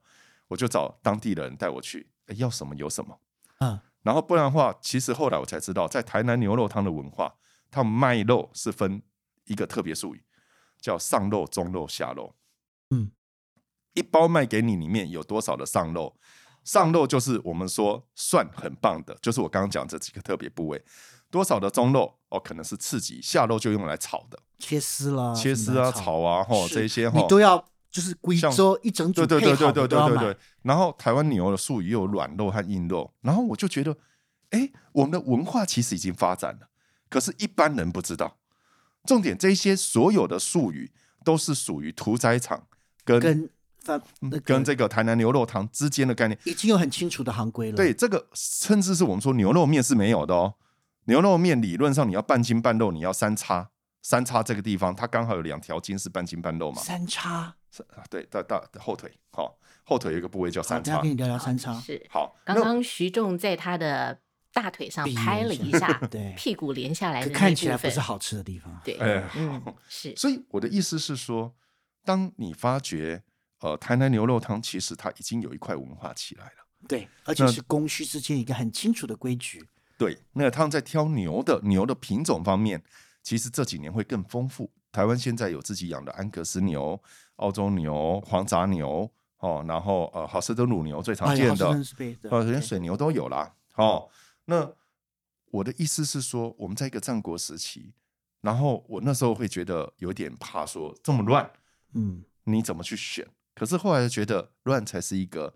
Speaker 3: 我就找当地人带我去，哎要什么有什么。
Speaker 2: 嗯，
Speaker 3: 然后不然的话，其实后来我才知道，在台南牛肉汤的文化，它卖肉是分一个特别术语，叫上肉、中肉、下肉。
Speaker 2: 嗯，
Speaker 3: 一包卖给你里面有多少的上肉？上肉就是我们说蒜很棒的，就是我刚刚讲这几个特别部位。多少的中肉哦，可能是刺激；下肉就用来炒的，
Speaker 2: 切丝啦，
Speaker 3: 切
Speaker 2: 什
Speaker 3: 丝
Speaker 2: 么的
Speaker 3: 啊、炒啊，吼
Speaker 2: 是
Speaker 3: 这些
Speaker 2: 你
Speaker 3: 吼。
Speaker 2: 都要就是贵
Speaker 3: 像
Speaker 2: 州一整组
Speaker 3: 对对
Speaker 2: 配
Speaker 3: 对
Speaker 2: 好
Speaker 3: 对
Speaker 2: 的都
Speaker 3: 对对
Speaker 2: 要
Speaker 3: 对
Speaker 2: 买
Speaker 3: 对。然后台湾牛的术语又有软肉和硬肉，然后我就觉得，哎，我们的文化其实已经发展了，可是一般人不知道。重点，这些所有的术语都是属于屠宰场跟嗯
Speaker 2: 跟饭那
Speaker 3: 跟
Speaker 2: 个
Speaker 3: 这个台南牛肉汤之间的概念。
Speaker 2: 已经有很清楚的行规了。
Speaker 3: 对，，这个甚至是我们说牛肉面是没有的哦。牛肉面理论上你要半斤半肉，你要三叉，三叉这个地方它刚好有两条筋是半斤半肉嘛。
Speaker 2: 三叉，
Speaker 3: 啊对，大大后腿，好、后腿有一个部位叫
Speaker 2: 好，
Speaker 3: 三
Speaker 2: 等一下
Speaker 3: 叉
Speaker 2: 跟。你聊聊三叉。
Speaker 1: 是。
Speaker 3: 好，
Speaker 1: 刚
Speaker 3: 那
Speaker 1: 刚徐仲在他的大腿上
Speaker 2: 比
Speaker 1: 拍了
Speaker 2: 一
Speaker 1: 一
Speaker 2: 下，
Speaker 1: 下
Speaker 2: 对
Speaker 1: 屁股连下来
Speaker 2: 可
Speaker 1: 的
Speaker 2: 看
Speaker 1: 那
Speaker 2: 起来
Speaker 1: 部
Speaker 2: 不
Speaker 1: 分
Speaker 2: 是，好吃的地方。
Speaker 1: 对，
Speaker 3: 哎
Speaker 1: 嗯，是
Speaker 3: 所以我的意思是说，当你发觉呃台南牛肉汤其实它已经有一块文化起来了。
Speaker 2: 对，而且是供需之间一个很清楚的规矩。
Speaker 3: 对，那他们在挑牛的牛的品种方面，其实这几年会更丰富。台湾现在有自己养的安格斯牛、澳洲牛、黄杂牛，哦，然后呃，好斯登乳牛最常
Speaker 2: 哎
Speaker 3: 见
Speaker 2: 呀
Speaker 3: 的，
Speaker 2: 好像是被对
Speaker 3: 哦，连
Speaker 2: 对
Speaker 3: 水牛都有啦。哦，那我的意思是说，我们在一个战国时期，然后我那时候会觉得有点怕说，这么乱，
Speaker 2: 嗯，
Speaker 3: 你怎么去选？可是后来觉得乱才是一个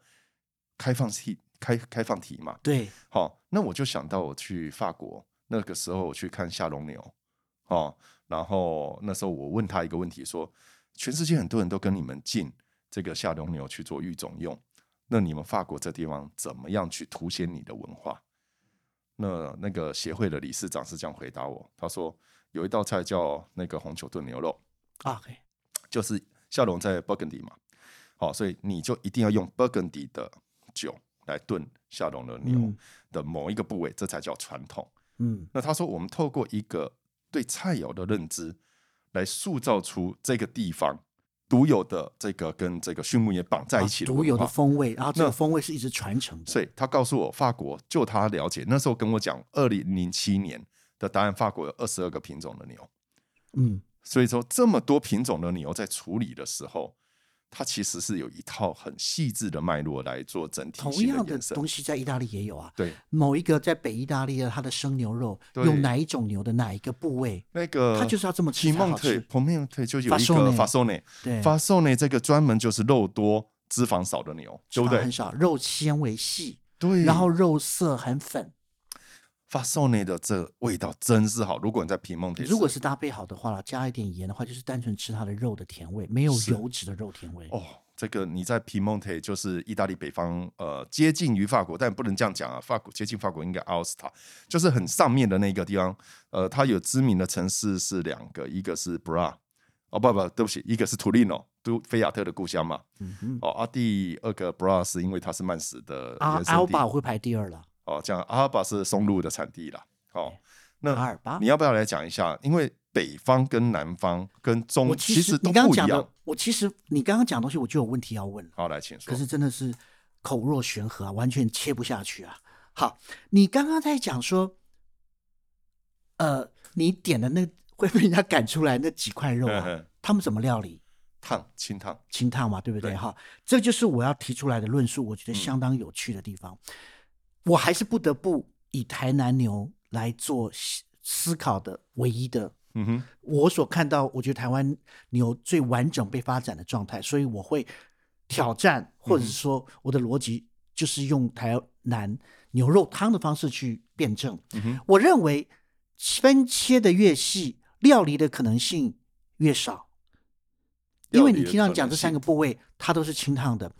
Speaker 3: 开放题，开开放题嘛。
Speaker 2: 对，
Speaker 3: 好、那我就想到我去法国那个时候，我去看夏龙牛，哦，然后那时候我问他一个问题说，全世界很多人都跟你们进这个夏龙牛去做育种用，那你们法国这地方怎么样去凸显你的文化？那那个协会的理事长是这样回答我，他说有一道菜叫那个红球炖牛肉，
Speaker 2: 啊，嘿
Speaker 3: 就是夏龙在 Burgundy 嘛，好、所以你就一定要用 Burgundy 的酒来炖夏龙的牛。
Speaker 2: 嗯
Speaker 3: 的某一个部位，这才叫传统。
Speaker 2: 嗯，
Speaker 3: 那他说，我们透过一个对菜肴的认知，来塑造出这个地方独有的这个跟这个畜牧业绑在一
Speaker 2: 啊
Speaker 3: 起的
Speaker 2: 独有
Speaker 3: 文化。
Speaker 2: 的风味，然后这
Speaker 3: 那
Speaker 2: 个风味是一直传承的，
Speaker 3: 所以他告诉我，法国就他了解，那时候跟我讲，二零零七年的答案，法国有二十二个品种的牛。
Speaker 2: 嗯，
Speaker 3: 所以说，这么多品种的牛在处理的时候，它其实是有一套很细致的脉络来做整体
Speaker 2: 同
Speaker 3: 性
Speaker 2: 样的
Speaker 3: 延伸。
Speaker 2: 东西在意大利也有啊。
Speaker 3: 对，
Speaker 2: 某一个在北意大利的，它的生牛肉
Speaker 3: 对
Speaker 2: 用哪一种牛的哪一个部位？
Speaker 3: 那个
Speaker 2: 它就是要这么吃
Speaker 3: 提
Speaker 2: 才
Speaker 3: 孟
Speaker 2: 好
Speaker 3: 腿
Speaker 2: 吃，
Speaker 3: 旁边腿就有一个
Speaker 2: Fasone 哎
Speaker 3: 法索内，
Speaker 2: 对，
Speaker 3: 发瘦呢，这个专门就是肉多、脂肪少的牛，
Speaker 2: 脂
Speaker 3: 对嗯不
Speaker 2: 肪很
Speaker 3: 对？
Speaker 2: 少，肉纤维细，
Speaker 3: 对。
Speaker 2: 然后肉色很粉。
Speaker 3: 发瘦呢的这味道真是好，如果你在皮蒙特，
Speaker 2: 如果是搭配好的话啦，加一点盐的话，就是单纯吃它的肉的甜味，没有
Speaker 3: 是
Speaker 2: 油脂的肉甜味。
Speaker 3: 哦，这个你在皮蒙特就是意大利北方，呃，接近于法国，但不能这样讲啊，法国接近法国应该奥斯塔，就是很上面的那个地方，呃，它有知名的城市是两个，一个是 Bra，哦不不，对不起，一个是图利诺，都菲亚特的故乡嘛，
Speaker 2: 嗯哼，
Speaker 3: 哦，啊第二个 Bra 是因为它是曼斯的
Speaker 2: 阿
Speaker 3: 原
Speaker 2: 阿尔
Speaker 3: 生地
Speaker 2: 巴我会排第二了，
Speaker 3: 哦，这样阿尔巴是松露的产地啦。哦，那
Speaker 2: 阿尔巴
Speaker 3: 你。要不要来讲一下？因为北方跟南方跟
Speaker 2: 我
Speaker 3: 中
Speaker 2: 其
Speaker 3: 实都
Speaker 2: 你刚刚
Speaker 3: 不一
Speaker 2: 讲
Speaker 3: 样
Speaker 2: 的。，我其实你刚刚讲的东西，我就有问题要问了。
Speaker 3: 好，来，请说
Speaker 2: 可。是真的是口若悬河啊，完全切不下去啊。好，你刚刚在讲说，呃，你点的那会被人家赶出来那几块肉
Speaker 3: 嗯
Speaker 2: 啊
Speaker 3: 嗯，
Speaker 2: 他们怎么料理？
Speaker 3: 烫清烫，
Speaker 2: 清烫嘛，对不对？
Speaker 3: 对
Speaker 2: 哈，这就是我要提出来的论述，我觉得
Speaker 3: 嗯
Speaker 2: 相当有趣的地方。我还是不得不以台南牛来做思思考的唯一的
Speaker 3: 嗯哼，
Speaker 2: 我所看到，我觉得台湾牛最完整被发展的状态，所以我会挑战，或
Speaker 3: 嗯
Speaker 2: 者是说我的逻辑就是用台南牛肉汤的方式去辩证。
Speaker 3: 嗯哼，
Speaker 2: 我认为分切的越细，料理的可能性越少，因为你听到你讲这三个部位，它都是清烫的。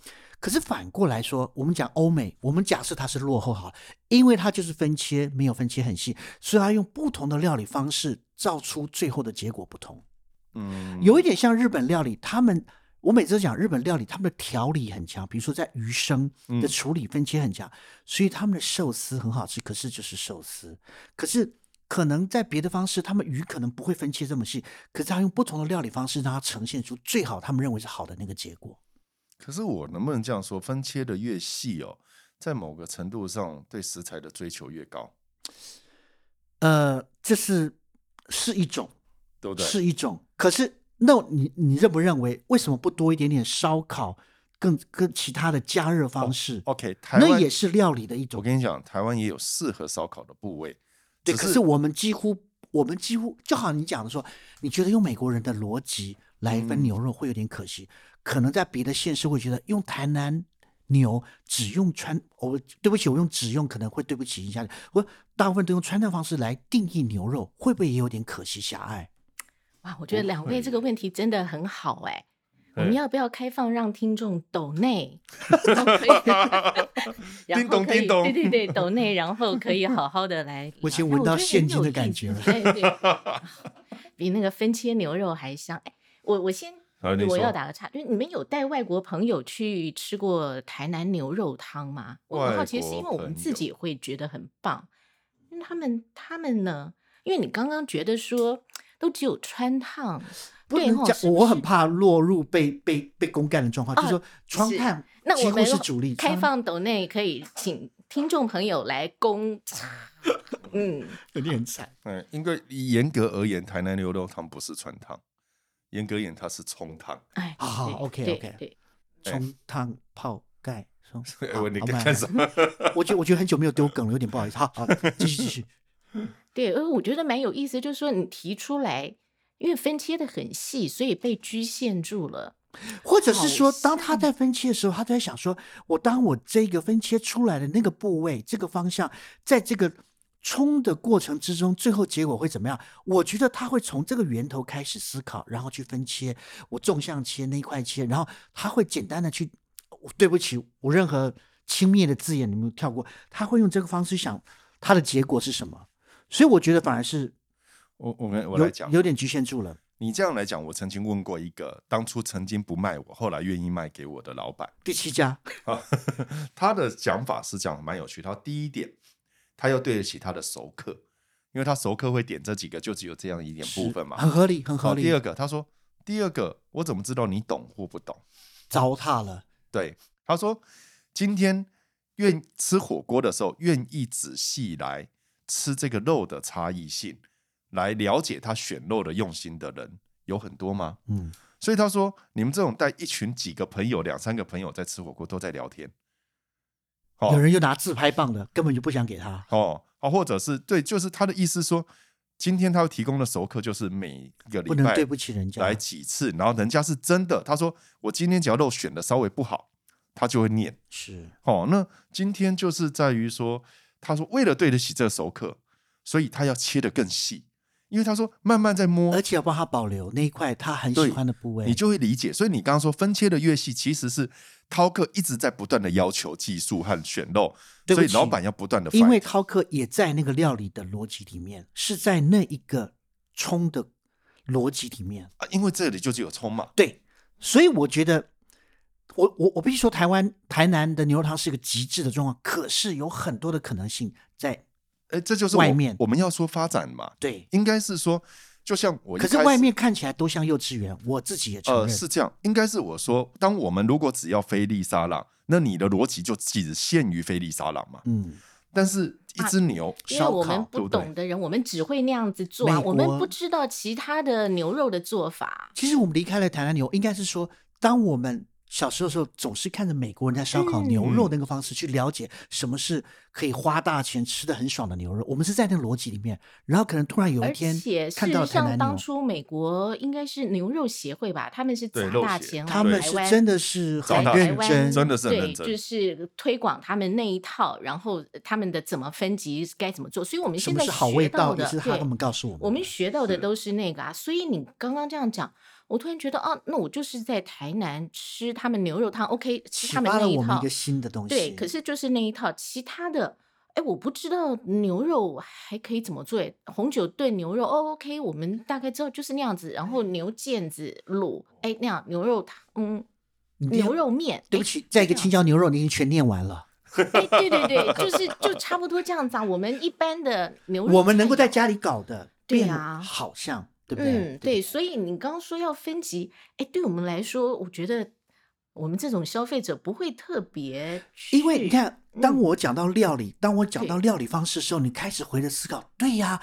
Speaker 2: 可是反过来说，我们讲欧美，我们假设它是落后好了，因为它就是分切，没有分切很细，所以它用不同的料理方式造出最后的结果不同。
Speaker 3: 嗯，
Speaker 2: 有一点像日本料理，他们我每次都讲日本料理，他们的调理很强，比如说在鱼生的处理分切很强，所以他们的寿司很好吃，可是就是寿司，可是。可能在别的方式，他们鱼可能不会分切这么细，可是他用不同的料理方式，让它呈现出最好他们认为是好的那个结果。
Speaker 3: 可是我能不能这样说？分切的越细哦，在某个程度上对食材的追求越高，
Speaker 2: 呃，这是是一种，
Speaker 3: 对不对？
Speaker 2: 是一种。可是，那你你认不认为，为什么不多一点点烧烤，更跟其他的加热方式？
Speaker 3: OK，台哦湾
Speaker 2: 那也。是料理的一
Speaker 3: 我
Speaker 2: 种。
Speaker 3: 跟你讲，台湾也有适合烧烤的部位，
Speaker 2: 对，
Speaker 3: 只
Speaker 2: 可是我们几乎，我们几乎就好，你讲的说，你觉得用美国人的逻辑来分
Speaker 3: 嗯
Speaker 2: 牛肉会有点可惜，可能在别的县市会觉得用台南牛只用川，我、对不起，我用只用可能会对不起一下，我大部分都用川菜方式来定义牛肉，会不会也有点可惜狭隘？
Speaker 1: 哇，我觉得
Speaker 3: 不
Speaker 1: 两位这个
Speaker 3: 会
Speaker 1: 问题真的很好哎、我们
Speaker 3: 对
Speaker 1: 要不要开放让听众抖 内都可以？然
Speaker 3: 叮
Speaker 1: 后
Speaker 3: 咚
Speaker 1: 可
Speaker 3: 叮
Speaker 1: 以
Speaker 3: 咚
Speaker 1: 对对对，抖内，然后可以好好的来聊。
Speaker 2: 我已经
Speaker 1: 哎
Speaker 2: 闻到
Speaker 1: 觉得很
Speaker 2: 现金
Speaker 1: 有
Speaker 2: 的
Speaker 1: 意
Speaker 2: 感
Speaker 1: 思
Speaker 2: 觉 了
Speaker 1: 对对，比那个分切牛肉还香。哎，我我先
Speaker 3: 好你
Speaker 1: 我要
Speaker 3: 说
Speaker 1: 打个岔，就是你们有带外国朋友去吃过台南牛肉汤吗？我很好奇，
Speaker 3: 外
Speaker 1: 是
Speaker 3: 国
Speaker 1: 因为我们
Speaker 3: 朋
Speaker 1: 自
Speaker 3: 友
Speaker 1: 己也会觉得很棒，那他们他们呢？因为你刚刚觉得说都只有川烫，
Speaker 2: 不
Speaker 1: 对
Speaker 2: 能
Speaker 1: 吼
Speaker 2: 讲，
Speaker 1: 是
Speaker 2: 我
Speaker 1: 不
Speaker 2: 我
Speaker 1: 是
Speaker 2: 很怕落入被被被公干的状况，就是
Speaker 1: 啊
Speaker 2: 说川
Speaker 1: 是
Speaker 2: 烫
Speaker 1: 那
Speaker 2: 几
Speaker 1: 我
Speaker 2: 乎
Speaker 1: 们
Speaker 2: 是主力，
Speaker 1: 开
Speaker 2: 川
Speaker 1: 放抖内可以请听众朋友来攻， 嗯，
Speaker 2: 有点惨。
Speaker 3: 嗯，因为严格而言，台南牛肉汤不是川汤，严格而言它是葱汤。
Speaker 1: 哎，
Speaker 2: 好好
Speaker 1: 对
Speaker 2: 啊，OK，
Speaker 1: 对
Speaker 2: OK
Speaker 1: 对，
Speaker 2: 冲烫泡盖双。
Speaker 3: 哎
Speaker 2: 好
Speaker 3: 我你
Speaker 2: 好
Speaker 3: 在
Speaker 2: 慢
Speaker 3: 看
Speaker 2: 慢
Speaker 3: 什么？
Speaker 2: 我觉得我觉得很久没有丢梗了，有点不好意思。好好，继续继续。
Speaker 1: 对，呃，我觉得蛮有意思，就是说你提出来，因为分切的很细，所以被局限住了。
Speaker 2: 或者是说
Speaker 1: 好，
Speaker 2: 当他在分切的时候，他就在想说，我当我这个分切出来的那个部位、这个方向，在这个冲的过程之中，最后结果会怎么样？我觉得他会从这个源头开始思考，然后去分切，我纵向切那一块切，然后他会简单的去，我对不起，我任何轻蔑的字眼你们跳过，他会用这个方式想他的结果是什么。所以我觉得反而是
Speaker 3: 我我跟我来
Speaker 2: 有
Speaker 3: 讲，
Speaker 2: 有点局限住了。
Speaker 3: 你这样来讲，我曾经问过一个当初曾经不卖我，后来愿意卖给我的老板，
Speaker 2: 第七家，
Speaker 3: 啊他的讲法是讲蛮有趣。他第一点，他要对得起他的熟客，因为他熟客会点这几个，就只有这样一点部分嘛。
Speaker 2: 很合理，很合
Speaker 3: 好，
Speaker 2: 理。
Speaker 3: 第二个，他说第二个，我怎么知道你懂或不懂？
Speaker 2: 糟蹋了。
Speaker 3: 对，他说今天愿吃火锅的时候，愿意仔细来吃这个肉的差异性，来了解他选肉的用心的人有很多吗？
Speaker 2: 嗯，
Speaker 3: 所以他说，你们这种带一群几个朋友、两三个朋友在吃火锅，都在聊天。哦
Speaker 2: 有人又拿自拍棒的，根本就不想给他。
Speaker 3: 哦，啊，或者是对，就是他的意思说，今天他提供的熟客就是每个礼
Speaker 2: 不能
Speaker 3: 拜
Speaker 2: 对不起啊人家
Speaker 3: 来几次，然后人家是真的，他说我今天只要肉选的稍微不好，他就会念。
Speaker 2: 是，
Speaker 3: 哦，那今天就是在于说，他说为了对得起这个熟客，所以他要切得更细，因为他说慢慢在摸
Speaker 2: 而，且要帮他保留那一块他很
Speaker 3: 对
Speaker 2: 喜欢的部位。
Speaker 3: 你就会理解。所以你刚刚说分切的越细，其实是饕客一直在不断的要求技术和选肉，
Speaker 2: 对不
Speaker 3: 所以
Speaker 2: 起
Speaker 3: 老板要不断的
Speaker 2: 因为饕客也在那个料理的逻辑里面，是在那一个冲的逻辑里面。
Speaker 3: 啊因为这里就只有葱嘛，
Speaker 2: 对，所以我觉得，我我我必须说，台湾台南的牛肉汤是一个极致的状况，可是有很多的可能性在。
Speaker 3: 哎，这就是
Speaker 2: 外
Speaker 3: 我
Speaker 2: 面
Speaker 3: 我们要说发展嘛，
Speaker 2: 对，
Speaker 3: 应该是说，就像我一
Speaker 2: 可是
Speaker 3: 开
Speaker 2: 外
Speaker 3: 始
Speaker 2: 面看起来都像幼稚园，我自己也承
Speaker 3: 呃，
Speaker 2: 认。
Speaker 3: 是这样，应该是我说，当我们如果只要菲力沙朗，那你的逻辑就只限于菲力沙朗嘛。
Speaker 2: 嗯，
Speaker 3: 但是一只牛，
Speaker 1: 因为我
Speaker 2: 烧
Speaker 1: 们
Speaker 2: 烤
Speaker 3: 对
Speaker 1: 不
Speaker 3: 不对
Speaker 1: 懂的人，我们只会那样子做啊，
Speaker 2: 美
Speaker 1: 我们
Speaker 2: 国
Speaker 1: 不知道其他的牛肉的做法。
Speaker 2: 其实我们离开了台南牛，应该是说，当我们小时候的时候，总是看着美国人在烧烤
Speaker 1: 嗯
Speaker 2: 牛肉那个方式去了解什么是可以花大钱吃的很爽的牛肉。我们是在那个逻辑里面，然后可能突然有
Speaker 1: 而
Speaker 2: 一天
Speaker 1: 且事
Speaker 2: 看到
Speaker 1: 实
Speaker 2: 了台
Speaker 1: 上，
Speaker 2: 南
Speaker 1: 当
Speaker 2: 牛，
Speaker 1: 初美国应该是牛肉协会吧，他们是
Speaker 3: 对
Speaker 1: 砸
Speaker 3: 肉
Speaker 1: 大
Speaker 3: 协
Speaker 1: 钱来
Speaker 2: 他们
Speaker 1: 台
Speaker 2: 是
Speaker 1: 湾
Speaker 2: 真的是
Speaker 3: 找
Speaker 2: 很
Speaker 3: 到
Speaker 1: 来台
Speaker 2: 认
Speaker 1: 湾
Speaker 2: 真，
Speaker 3: 真的是很
Speaker 1: 对，
Speaker 3: 认真
Speaker 1: 就是推广他们那一套，然后他们的怎么分级，该怎么做。所以我们
Speaker 2: 什
Speaker 1: 现
Speaker 2: 么
Speaker 1: 在
Speaker 2: 是好
Speaker 1: 学
Speaker 2: 味
Speaker 1: 到
Speaker 2: 道，也
Speaker 1: 的，
Speaker 2: 是
Speaker 1: 对，
Speaker 2: 他们告诉我们的。
Speaker 1: 我们学到的
Speaker 3: 是
Speaker 1: 都是那个啊。所以你刚刚这样讲，我突然觉得，哦，那我就是在台南吃他们牛肉汤，OK，吃
Speaker 2: 启
Speaker 1: 他们
Speaker 2: 发
Speaker 1: 那
Speaker 2: 了
Speaker 1: 一
Speaker 2: 我们
Speaker 1: 套
Speaker 2: 一个，新的东西。
Speaker 1: 对。可是就是那一套，其他的。哎，我不知道牛肉还可以怎么做。哎红酒炖牛肉，哦，OK，我们大概知道就是那样子。然后牛腱子卤，哎，那样牛肉汤，嗯，
Speaker 2: 你这样
Speaker 1: 牛，肉面。
Speaker 2: 对不
Speaker 1: 哎
Speaker 2: 起，在一个
Speaker 1: 这样
Speaker 2: 青椒牛肉，你已经全念完了。
Speaker 1: 哎，对对 对，就是就差不多这样子啊。我们一般的牛肉，
Speaker 2: 我们能够在，家里搞的，
Speaker 1: 对
Speaker 2: 变
Speaker 1: 啊
Speaker 2: 得好像对不对？
Speaker 1: 嗯，对，所以你刚刚说要分级，哎，对我们来说，我觉得我们这种消费者不会特别去，
Speaker 2: 因为你看，当
Speaker 1: 嗯
Speaker 2: 我讲到料理，当我讲
Speaker 1: 对
Speaker 2: 到料理方式的时候，你开始回着思考，对呀，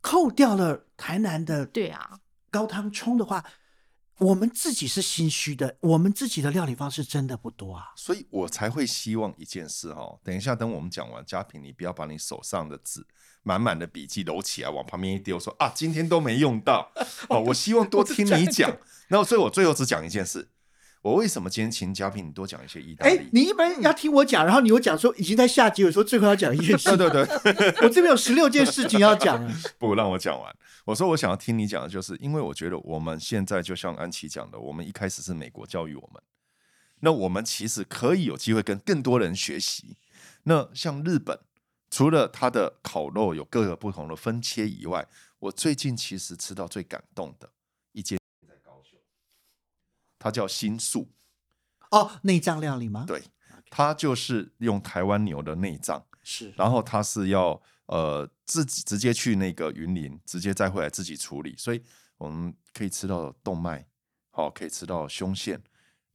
Speaker 2: 扣掉了台南的
Speaker 1: 对啊，
Speaker 2: 高汤冲的话，我们自己是心虚的，我们自己的料理方式真的不多啊。
Speaker 3: 所以我才会希望一件事哦。等一下，等我们讲完，嘉平，你不要把你手上的纸满满的笔记揉起来，往旁边一丢，说啊，今天都没用 到哦。我希望多听你讲。然后，所以我最后只讲一件事：我为什么今天请嘉平你多讲一些意大
Speaker 2: 哎
Speaker 3: 利，？
Speaker 2: 你一
Speaker 1: 嗯
Speaker 2: 般要听我讲，然后你又讲说已经在下集，有说最后要讲一件 事
Speaker 3: 对，对 对，
Speaker 2: 我这边有十六件事情要讲啊。
Speaker 3: 不让我讲完。我说我想要听你讲的，就是因为我觉得我们现在就像安琪讲的，我们一开始是美国教育我们，那我们其实可以有机会跟更多人学习。那像日本，除了它的烤肉有各个不同的分切以外，我最近其实吃到最感动的一间在高雄，它叫新宿，
Speaker 2: 哦，内脏料理吗？
Speaker 3: 对，它就是用台湾牛的内脏。
Speaker 2: 是
Speaker 3: 然后他是要呃自己直接去那个云林，直接再回来自己处理，所以我们可以吃到动脉，好、可以吃到胸腺，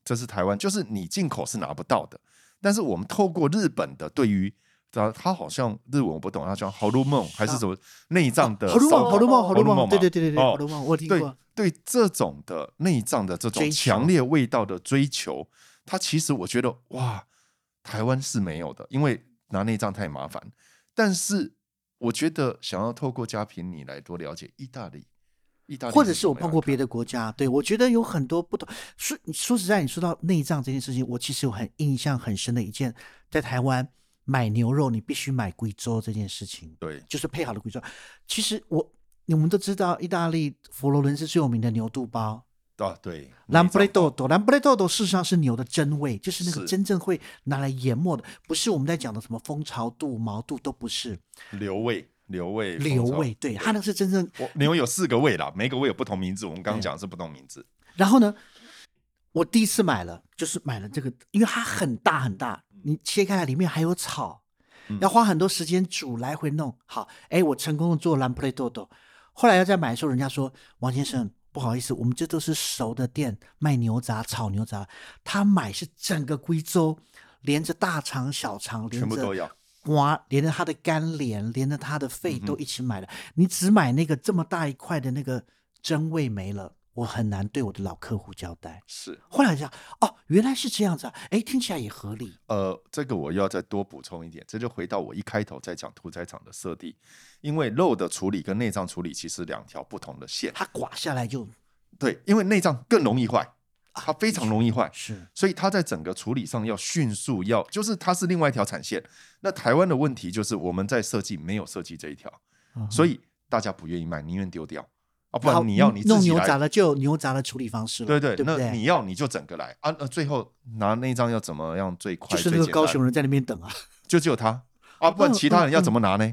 Speaker 3: 这是台湾，就是你进口是拿不到的，但是我们透过日本的对于。他他好像日文我不懂，他叫 h o r u m o n 还是什么内脏的
Speaker 2: 好多梦，
Speaker 3: 烧
Speaker 2: 好多梦，
Speaker 3: 烤
Speaker 2: 好多
Speaker 3: Horumon 嘛
Speaker 2: 梦，对对对对对，
Speaker 3: 哦
Speaker 2: 好多梦，我听
Speaker 3: 对
Speaker 2: 过。
Speaker 3: 对这种的内脏的这种
Speaker 2: 追求
Speaker 3: 强烈味道的追求，它其实我觉得哇，台湾是没有的，因为拿内脏太麻烦。但是我觉得想要透过佳平你来多了解意大利，意大利
Speaker 2: 或者是我碰过别
Speaker 3: 的，
Speaker 2: 的国家，对我觉得有很多不同。说说实在，你说到内脏这件事情，我其实有很印象很深的一件，在台湾买牛肉你必须买贵州这件事情，
Speaker 3: 对
Speaker 2: 就是配好的贵州。其实我你们都知道，意大利佛罗伦斯最有名的牛肚包。
Speaker 3: 啊对，
Speaker 2: 兰
Speaker 3: 内
Speaker 2: 布雷
Speaker 3: 脏
Speaker 2: 豆豆，兰布雷豆豆事实上是牛的真味，就是那个
Speaker 3: 是
Speaker 2: 真正会拿来研磨的，不是我们在讲的什么蜂巢肚、毛肚都不是，
Speaker 3: 留味留味
Speaker 2: 牛
Speaker 3: 蜂巢
Speaker 2: 味，对，它那个是真正
Speaker 3: 我牛有四个胃啦，每个胃有不同名字。我们刚刚讲的是不同名字，
Speaker 2: 然后呢，我第一次买了，就是买了这个，因为它很大很大，你切开来里面还有草，
Speaker 3: 嗯
Speaker 2: 要花很多时间煮，来回弄。好，哎，我成功的做蓝 play 豆豆。后来要再买的时候，人家说王先生不好意思，我们这都是熟的店，卖牛杂、炒牛杂。他买是整个贵州，连着大肠、小肠，连
Speaker 3: 全部
Speaker 2: 着
Speaker 3: 都要。
Speaker 2: 瓜，连着它的肝连，连着它的肺
Speaker 3: 嗯哼
Speaker 2: 都一起买了。你只买那个这么大一块的那个真味没了，我很难对我的老客户交代。
Speaker 3: 是，
Speaker 2: 后来想，哦，原来是这样子啊，哎，听起来也合理。
Speaker 3: 呃，这个我要再多补充一点，这就回到我一开头在讲屠宰场的设定，因为肉的处理跟内脏处理其实两条不同的线。
Speaker 2: 它刮下来就
Speaker 3: 对，因为内脏更容易坏，
Speaker 2: 啊
Speaker 3: 它非常容易坏，
Speaker 2: 是
Speaker 3: 所以它在整个处理上要迅速要，就是它是另外一条产线。那台湾的问题就是我们在设计没有设计这一条，
Speaker 2: 嗯
Speaker 3: 所以大家不愿意卖，宁愿丢掉啊，不然你要你自
Speaker 2: 弄
Speaker 3: 己
Speaker 2: 牛
Speaker 3: 来
Speaker 2: 杂了就有牛杂的处理方式了，
Speaker 3: 对
Speaker 2: 对，不
Speaker 3: 那
Speaker 2: 对？
Speaker 3: 你要你就整个来啊，那最后拿那张要怎么样最
Speaker 2: 就
Speaker 3: 快？
Speaker 2: 是
Speaker 3: 最
Speaker 2: 那个
Speaker 3: 简
Speaker 2: 高
Speaker 3: 单
Speaker 2: 雄人在那边等啊，
Speaker 3: 就只有他啊，不然
Speaker 2: 嗯
Speaker 3: 其他人要
Speaker 2: 嗯
Speaker 3: 怎么拿呢？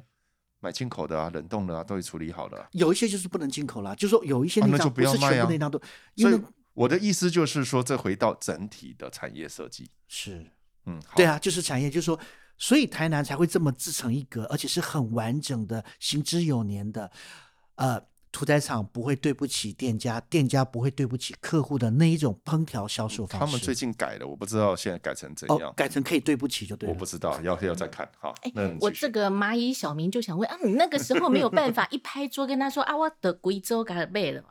Speaker 3: 买进口的啊，冷冻的啊，都会处理好的啊、
Speaker 2: 有一些就是不能进口啦，就说有一些
Speaker 3: 啊
Speaker 2: 内
Speaker 3: 那就
Speaker 2: 脏
Speaker 3: 不
Speaker 2: 不
Speaker 3: 要
Speaker 2: 是
Speaker 3: 卖
Speaker 2: 全
Speaker 3: 啊
Speaker 2: 部内脏都，因
Speaker 3: 所
Speaker 2: 为
Speaker 3: 以我的意思就是说，这回到整体的产业设计，
Speaker 2: 是
Speaker 3: 嗯，好
Speaker 2: 对，啊，就是产业，就是说，所以台南才会这么自成一格，而且是很完整的、行之有年的。呃，屠宰场不会对不起店家，店家不会对不起客户的那一种烹调销售方式。
Speaker 3: 嗯他们最近改了，我不知道现在改成怎
Speaker 2: 哦
Speaker 3: 样，，
Speaker 2: 改成可以对不起就对
Speaker 3: 我
Speaker 2: 了。
Speaker 3: 不知道，要要再看。好，
Speaker 1: 哎
Speaker 3: 那你
Speaker 1: 我
Speaker 3: 继续
Speaker 1: 这个蚂蚁小明就想问啊，你那个时候没有办 法一拍桌跟他说啊，我的贵州给他背了，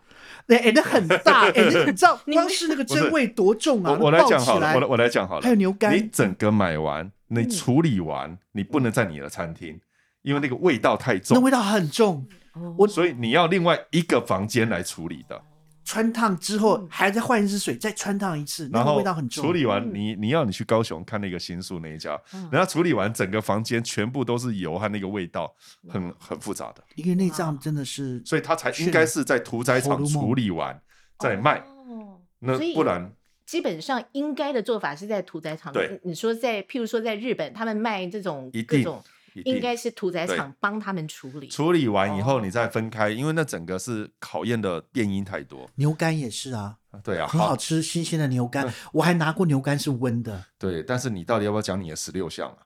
Speaker 2: 哎哎，那很大，哎，那你知道
Speaker 1: 你
Speaker 2: 光是那个
Speaker 3: 不是
Speaker 2: 真味多重啊？
Speaker 3: 我我
Speaker 2: 那
Speaker 3: 来
Speaker 2: 抱
Speaker 3: 讲
Speaker 2: 起
Speaker 3: 好了，我来我来讲好了。
Speaker 2: 还有牛肝
Speaker 3: 你整个买完，你处理
Speaker 2: 嗯
Speaker 3: 完，你不能在你的餐厅，因为那个味道太
Speaker 2: 那
Speaker 3: 重
Speaker 2: 味，道很重，
Speaker 1: 哦
Speaker 2: 我
Speaker 3: 所以你要另外一个房间来处理的。
Speaker 2: 穿烫之后还再换一次水，再穿烫一次，那
Speaker 3: 然
Speaker 2: 个
Speaker 3: 后
Speaker 2: 味道很重。
Speaker 3: 处理完，
Speaker 1: 嗯
Speaker 3: 你你要你去高雄看那个新宿那一家，
Speaker 1: 嗯
Speaker 3: 人家处理完整个房间全部都是油和那个味道，很很复杂的，
Speaker 2: 因为内脏真的是，
Speaker 3: 所以他才应该是在屠宰
Speaker 2: 火炉
Speaker 3: 场
Speaker 2: 梦
Speaker 3: 处理完再卖，
Speaker 1: 哦
Speaker 3: 那
Speaker 1: 所以
Speaker 3: 不然
Speaker 1: 基本上应该的做法是在屠宰场。
Speaker 3: 对，
Speaker 1: 你说在，譬如说在日本，他们卖这种
Speaker 3: 一
Speaker 1: 各
Speaker 3: 定
Speaker 1: 种，
Speaker 3: 一
Speaker 1: 应该
Speaker 3: 定
Speaker 1: 是屠宰
Speaker 3: 对
Speaker 1: 场帮他们处理。
Speaker 3: 处理完以
Speaker 1: 哦
Speaker 3: 后你再分开，因为那整个是考验的变音太多。
Speaker 2: 牛肝也是啊，
Speaker 3: 对啊，嗯
Speaker 2: 很好吃，新鲜的牛肝，我还拿过牛肝是温的。
Speaker 3: 对，但是你到底要不要讲你的十六项啊？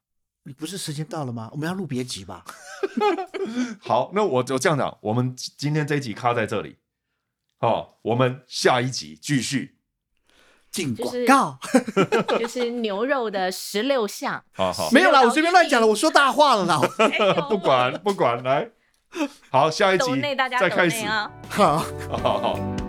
Speaker 2: 你不是时间到了吗？我们要录别集吧？
Speaker 3: 好，那我就这样讲，我们今天这一集卡在这里，哦，我们下一集继续。
Speaker 2: 进
Speaker 1: 就
Speaker 2: 广
Speaker 1: 是
Speaker 2: 告、
Speaker 1: 就是牛肉的十六项，
Speaker 3: 好好，
Speaker 2: 没有啦，我随便乱讲了，我说大话了啦。
Speaker 1: 哎呦
Speaker 3: 不 管不管，来，好，下一
Speaker 1: 抖
Speaker 3: 集
Speaker 1: 内大家
Speaker 3: 再
Speaker 1: 抖
Speaker 3: 开
Speaker 1: 内
Speaker 3: 始，
Speaker 1: 啊。
Speaker 2: 好。
Speaker 3: 好好好。